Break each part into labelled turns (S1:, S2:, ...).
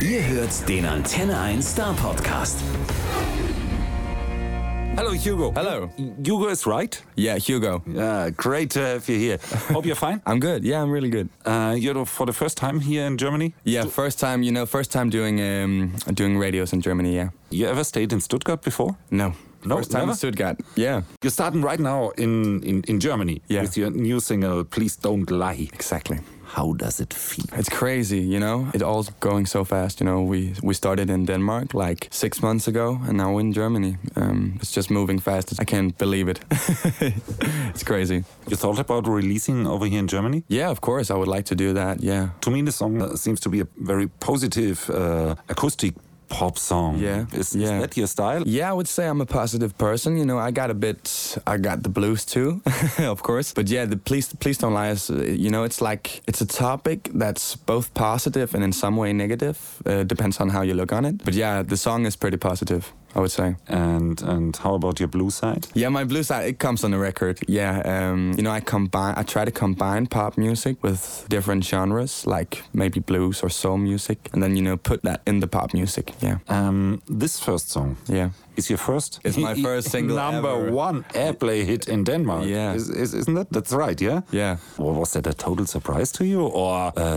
S1: Ihr hört den Antenne 1 Star Podcast.
S2: Hello, Hugo.
S3: Hello.
S2: Hugo is right.
S3: Yeah, Hugo.
S2: Yeah, great to have you here. Hope you're fine.
S3: I'm good. Yeah, I'm really good.
S2: Uh, you're the- for the first time here in Germany.
S3: Yeah, first time, you know, first time doing um doing radios in Germany, yeah.
S2: You ever stayed in Stuttgart before?
S3: No.
S2: No,
S3: first time
S2: never?
S3: in Stuttgart. Yeah.
S2: You're starting right now in, in, in Germany
S3: Yeah.
S2: with your new single, Please Don't Lie.
S3: Exactly.
S2: How does it feel?
S3: It's crazy, you know? It all's going so fast, you know. We we started in Denmark like 6 months ago and now we're in Germany. Um it's just moving fast. I can't believe it. it's crazy.
S2: You thought about releasing over here in Germany?
S3: Yeah, of course I would like to do that. Yeah.
S2: To me, the song uh, seems to be a very positive uh, acoustic pop song.
S3: Yeah,
S2: Is,
S3: yeah.
S2: is that your style?
S3: Yeah, I would say I'm a positive person. You know, I got a bit, I got the blues too, of course. But yeah, the please, please don't lie. Is, uh, you know, it's like it's a topic that's both positive and in some way negative. Uh, depends on how you look on it. But yeah, the song is pretty positive. I would say.
S2: And, and how about your blue side?
S3: Yeah, my blues side it comes on the record. Yeah, um, you know, I combine, I try to combine pop music with different genres, like maybe blues or soul music, and then you know, put that in the pop music. Yeah,
S2: Um, this first song
S3: yeah.
S2: is your first.
S3: It's my first single
S2: Number
S3: ever.
S2: one airplay hit in Denmark.
S3: Yeah.
S2: is, is, isn't that? That's right. Yeah.
S3: Yeah.
S2: Well, was that a total surprise to you, or uh,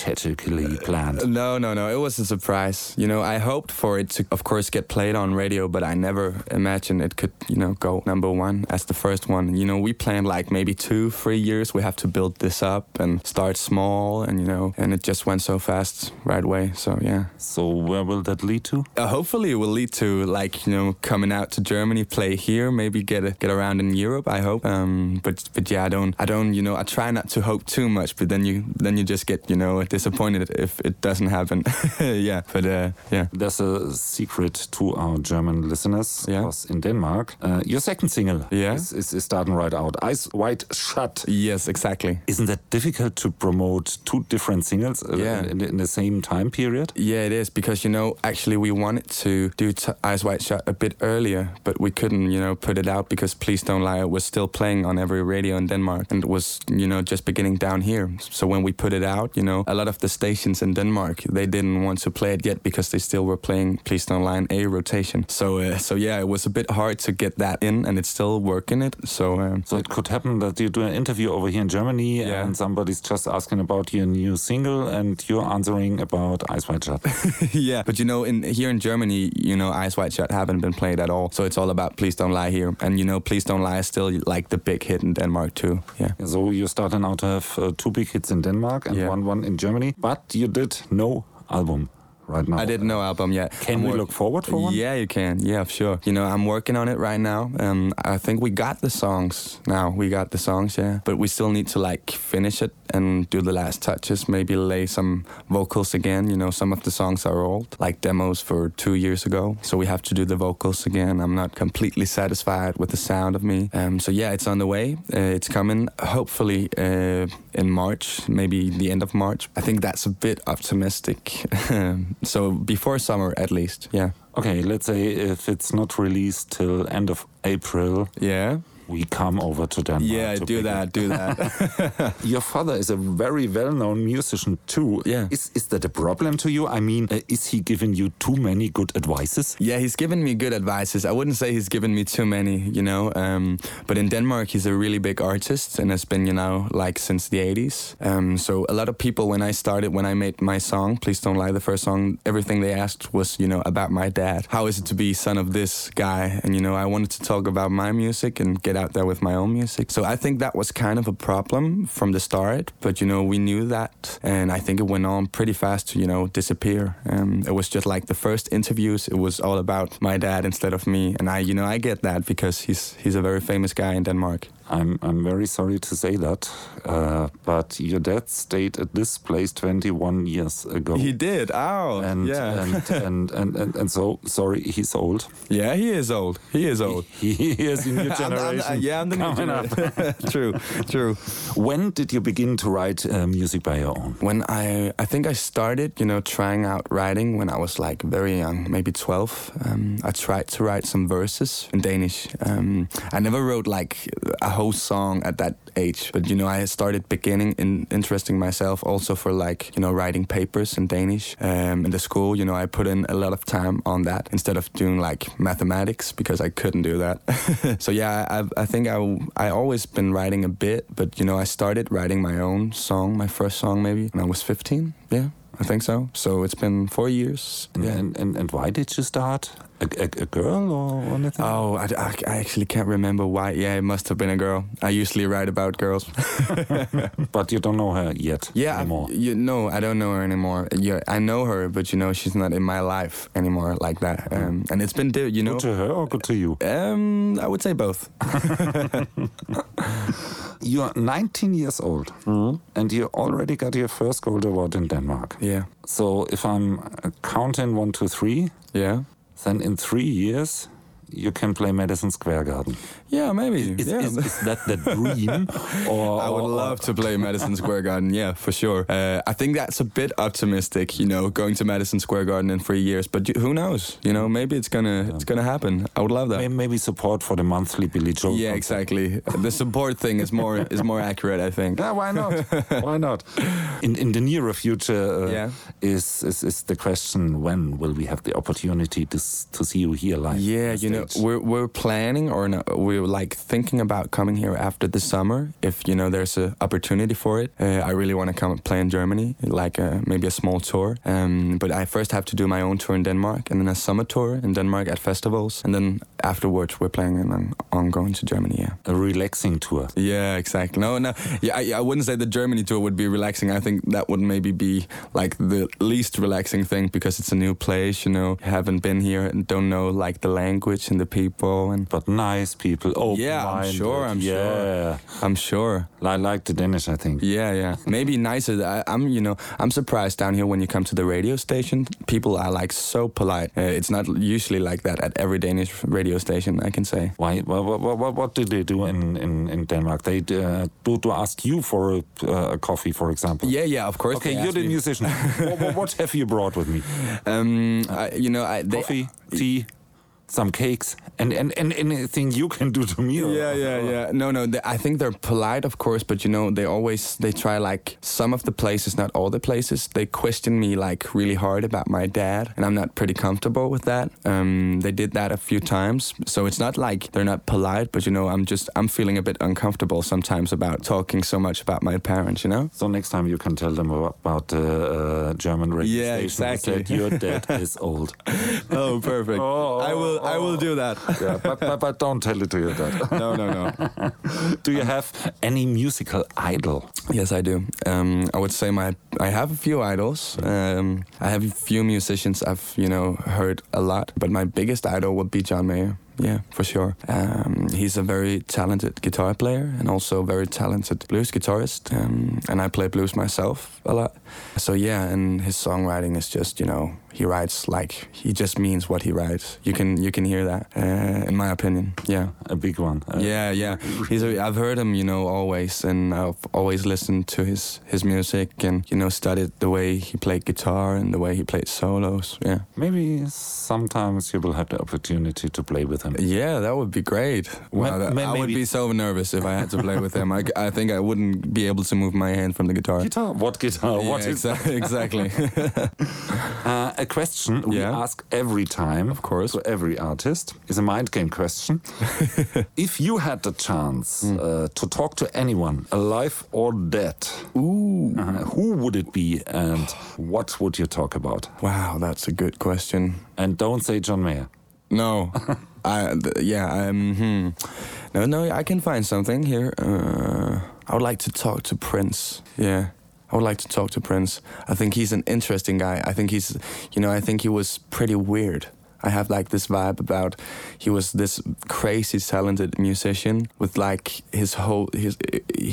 S2: strategically planned?
S3: No, no, no. It was a surprise. You know, I hoped for it to, of course, get played on radio, but I never imagined it could, you know, go number one as the first one. You know, we planned like maybe two, three years. We have to build this up and start small, and you know, and it just went so fast right away. So yeah.
S2: so where will that lead to?
S3: Uh, hopefully, it will lead to like you know coming out to Germany, play here, maybe get a, get around in Europe. I hope. Um, but but yeah, I don't I don't you know I try not to hope too much, but then you then you just get you know disappointed if it doesn't happen. yeah, but uh, yeah.
S2: There's a secret to our German listeners.
S3: Yeah.
S2: Because in Denmark, uh, your second single
S3: Yeah.
S2: is, is, is starting right out. Eyes Wide Shut.
S3: Yes, exactly.
S2: Isn't that difficult to promote two different singles uh,
S3: Yeah.
S2: in, in the same time period?
S3: Yeah, it is because you know actually we wanted to do t- Eyes Wide Shut a bit earlier, but we couldn't you know put it out because Please Don't Lie was still playing on every radio in Denmark and was you know just beginning down here. So when we put it out, you know a lot of the stations in Denmark they didn't want to play it yet because they still were playing Please Don't Lie in a rotation. So uh, so yeah, it was a bit hard to get that in, and it's still working it. So um,
S2: So it could happen that you do an interview over here in Germany
S3: Yeah.
S2: and somebody's just asking about your new single and you're answering about Eyes Wide Shut.
S3: yeah, but you know, in here in Germany, you know, Eyes Wide Shut haven't been played at all. So it's all about Please Don't Lie here, and you know, Please Don't Lie is still like the big hit in Denmark too. Yeah.
S2: so you're starting out to have uh, two big hits in Denmark and
S3: Yeah.
S2: one one in Germany, but you did no album right now.
S3: I did no album yet.
S2: Can
S3: I'm
S2: we
S3: wor-
S2: look forward for one?
S3: Yeah, you can. Yeah, sure. You know, I'm working on it right now. Um, I think we got the songs now. We got the songs, yeah. But we still need to like finish it and do the last touches. Maybe lay some vocals again. You know, some of the songs are old, like demos for two years ago. So we have to do the vocals again. I'm not completely satisfied with the sound of me. Um, so yeah, it's on the way. Uh, it's coming. Hopefully uh, in March, maybe the end of March. I think that's a bit optimistic. so before summer, at least. Yeah.
S2: Okay, let's say if it's not released till end of April,
S3: Yeah.
S2: we come over to Denmark.
S3: Yeah,
S2: to
S3: do
S2: pick it.
S3: that, do that.
S2: Your father is a very well-known musician too.
S3: Yeah.
S2: Is is that a problem to you? I mean, uh, is he giving you too many good advices?
S3: yeah, he's given me good advices. I wouldn't say he's given me too many, you know. Um, but in Denmark, he's a really big artist and has been, you know, like since the 80s. Um, so a lot of people, when I started, when I made my song, Please Don't Lie, the first song, everything they asked was, you know, about my dad. How is it to be son of this guy? And, you know, I wanted to talk about my music and get out there with my own music. So I think that was kind of a problem from the start, but you know, we knew that. And I think it went on pretty fast to, you know, disappear. Um, it was just like the first interviews, it was all about my dad instead of me. And I, you know, I get that because he's, he's a very famous guy in Denmark.
S2: I'm I'm very sorry to say that, uh, but your dad stayed at this place 21 years ago.
S3: He did. Oh,
S2: and,
S3: yeah.
S2: and, and, and and and so sorry, he's old.
S3: yeah, he is old. He is old.
S2: He is the new
S3: I'm the- I'm the-
S2: generation.
S3: yeah, I'm the new
S2: coming up.
S3: gener- true, true.
S2: When did you begin to write uh, music by your own?
S3: when I I think I started you know trying out writing when I was like very young maybe 12 um, I tried to write some verses in Danish um, I never wrote like I whole song at that age. But you know, I started beginning in interesting myself also for like you know writing papers in Danish um, in the school. You know, I put in a lot of time on that instead of doing like mathematics because I couldn't do that. so yeah, I, I think I I always been writing a bit, but you know, I started writing my own song, my first song maybe when I was 15. Yeah. I think so. So it's been four years.
S2: And, and, and, and why did you start? A, a, a girl or anything?
S3: Oh, I, I, I actually can't remember why. Yeah, it must have been a girl. I usually write about girls.
S2: But you don't know her yet
S3: yeah, I-
S2: anymore.
S3: you no, I don't know her anymore. Yeah, I know her, but you know she's not in my life anymore like that. Um, and it's been, di- you know,
S2: Good to her or good to you?
S3: um, I would say both.
S2: You're 19 years old and you already got your first gold award in Denmark.
S3: Yeah,
S2: So if I'm uh, counting one, two, three,
S3: yeah,
S2: then in three years you can play Madison Square Garden.
S3: yeah, maybe.
S2: Is,
S3: yeah.
S2: is, is that the dream? or
S3: I would
S2: or-
S3: love to play Madison Square Garden. Yeah, for sure. Uh, I think that's a bit optimistic, you know, going to Madison Square Garden in three years. But you- who knows? You know, maybe it's gonna it's gonna happen. I would love that.
S2: may- maybe support for the monthly Billy Joel.
S3: Yeah,
S2: concert.
S3: exactly. The support thing is more is more accurate, I think.
S2: Yeah, why not? why not? In in the nearer future, uh,
S3: Yeah.
S2: is, is is the question: When will we have the opportunity to s- to see you here live?
S3: Yeah,
S2: on
S3: you know,
S2: stage?
S3: we're we're planning or no, we're like thinking about coming here after the summer if you know there's an opportunity for it. Uh, I really want to come and play in Germany, like uh, maybe a small tour. Um, but I first have to do my own tour in Denmark and then a summer tour in Denmark at festivals, and then afterwards we're playing and then on going to Germany. Yeah.
S2: a relaxing tour.
S3: Yeah, exactly. No, no. Yeah, I, I wouldn't say the Germany tour would be relaxing. I think that would maybe be like the least relaxing thing because it's a new place, you know. Haven't been here and don't know like the language and the people and
S2: But nice people. Oh,
S3: Yeah, I'm sure, I'm sure.
S2: yeah.
S3: I'm sure.
S2: I like the Danish. I think.
S3: Yeah, yeah. Maybe nicer. I, I'm, you know, I'm surprised down here when you come to the radio station. People are like so polite. Uh, it's not usually like that at every Danish radio station, I can say.
S2: Why? What, what, what, what did they do in, in, in Denmark? They uh, do to ask you for a, uh, a coffee, for example.
S3: Yeah, yeah, of course.
S2: Okay,
S3: they
S2: you're
S3: ask
S2: the
S3: me.
S2: musician. what, what, what have you brought with me?
S3: Um, I, you know, I, they,
S2: Coffee, tea, some cakes, and, and, and anything you can do to me. or-
S3: Yeah, yeah, yeah. No, no. They, I think they're polite, of course, but you know, they always they try like some of the places, not all the places. They question me like really hard about my dad, and I'm not pretty comfortable with that. Um, they did that a few times, so it's not like they're not polite, but you know, I'm just I'm feeling a bit uncomfortable sometimes about talking so much about my parents. You know.
S2: So next time you can tell them about, about the uh, German radio
S3: Yeah,
S2: station that
S3: exactly.
S2: said your dad is old.
S3: Oh, perfect.
S2: Oh,
S3: I will. I will do that.
S2: Yeah, but, but, but don't tell it to your dad.
S3: No, no, no.
S2: Do
S3: Uh-huh.
S2: you have any musical idol?
S3: Yes, I do. Um, I would say my I have a few idols. Um, I have a few musicians I've you know heard a lot, but my biggest idol would be John Mayer. Yeah, for sure. Um, he's a very talented guitar player and also a very talented blues guitarist. Um, and I play blues myself a lot. So yeah, and his songwriting is just you know he writes like he just means what he writes. You can you can hear that uh, in my opinion. Yeah.
S2: A big one. Uh,
S3: Yeah, yeah. He's a, I've heard him, you know, always, and I've always listened to his his music, and you know, studied the way he played guitar and the way he played solos. Yeah,
S2: Maybe sometimes you will have the opportunity to play with him.
S3: yeah, that would be great. Wow, that-
S2: ma-
S3: I would
S2: maybe-
S3: be so nervous if I had to play with him. I, I think I wouldn't be able to move my hand from the guitar.
S2: Guitar? What guitar?
S3: Yeah,
S2: what is
S3: exa- exactly.
S2: Uh, a question we
S3: Yeah.
S2: ask every time, of
S3: course.
S2: to every artist is a mind game question. if you had the chance
S3: Hmm.
S2: uh, to talk to anyone, alive or dead, Ooh. who would it be, and what would you talk about?
S3: wow, that's a good question.
S2: And don't say John Mayer.
S3: No. I, th- yeah, um, hmm. No, no, I can find something here. Uh, I would like to talk to Prince. Yeah. I would like to talk to Prince. I think he's an interesting guy. I think he's, you know, I think he was pretty weird. I have like this vibe about he was this crazy talented musician with like his whole his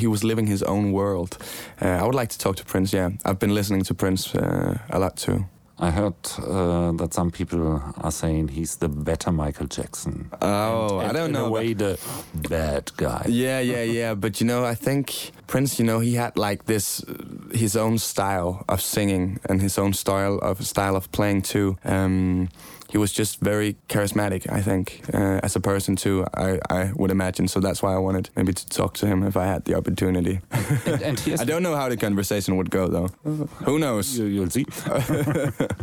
S3: he was living his own world. Uh, I would like to talk to Prince. Yeah, I've been listening to Prince uh, a lot too.
S2: I heard uh, that some people are saying he's the better Michael Jackson.
S3: Oh, I
S2: And
S3: don't
S2: in
S3: know.
S2: a
S3: about-
S2: way, the bad guy.
S3: Yeah, yeah, yeah. But you know, I think Prince, you know, he had like this uh, his own style of singing and his own style of style of playing too. Um, he was just very charismatic. I think uh, as a person too, I, I would imagine. So that's why I wanted maybe to talk to him if I had the opportunity.
S2: And, and here's
S3: I don't know how the conversation would go though. Who knows?
S2: You, you'll see.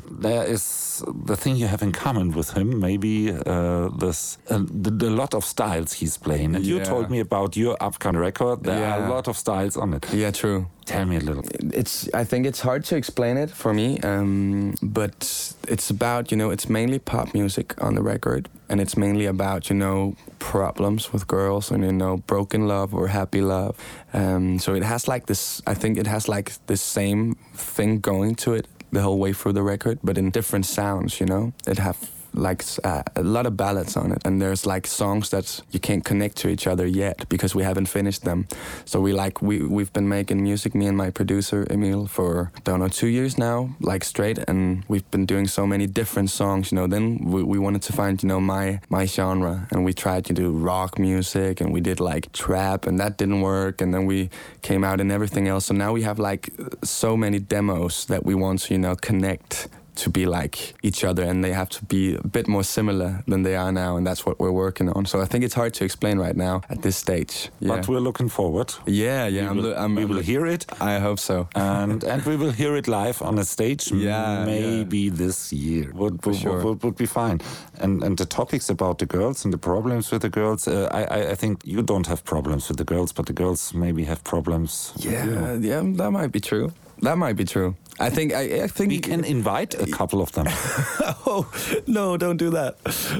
S2: there is the thing you have in common with him, maybe uh, this uh, the, the lot of styles he's playing. And you
S3: Yeah.
S2: told me about your upcoming record. There are a
S3: Yeah.
S2: lot of styles on it.
S3: Yeah, true.
S2: Tell me a little.
S3: it's I think it's hard to explain it for me, um, but it's about you know it's mainly pop music on the record, and it's mainly about you know problems with girls and you know broken love or happy love. Um, so it has like this. I think it has like this same thing going to it the whole way through the record, but in different sounds. You know, it have like s- uh, a lot of ballads on it and there's like songs that you can't connect to each other yet because we haven't finished them so we like we we've been making music me and my producer Emil for don't know 2 years now like straight and we've been doing so many different songs you know then we, we wanted to find you know my my genre and we tried to do rock music and we did like trap and that didn't work and then we came out and everything else so now we have like so many demos that we want to you know connect to be like each other and they have to be a bit more similar than they are now and that's what we're working on so i think it's hard to explain right now at this stage yeah
S2: But we're looking forward.
S3: yeah yeah I'm,
S2: we will,
S3: lo- I'm,
S2: we will hear it.
S3: i hope so
S2: and and we will hear it live on a stage
S3: Yeah,
S2: maybe this year would would,
S3: sure.
S2: would would be fine and and the topics about the girls and the problems with the girls uh, I, I I think you don't have problems with the girls but the girls maybe have problems with
S3: yeah
S2: you.
S3: yeah, that might be true that might be true i think i, I think
S2: we can invite a couple of them
S3: oh no don't do that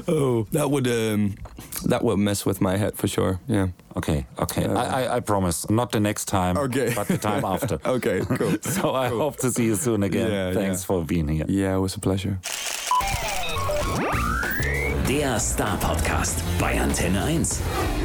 S3: oh that would um that would mess with my head for sure yeah
S2: okay okay I, I I promise not the next time
S3: Okay.
S2: but the time after
S3: okay cool
S2: so I hope to see you soon again
S3: Yeah,
S2: thanks
S3: yeah.
S2: for being here
S3: yeah it was a pleasure
S1: Der Star Podcast bei Antenne 1.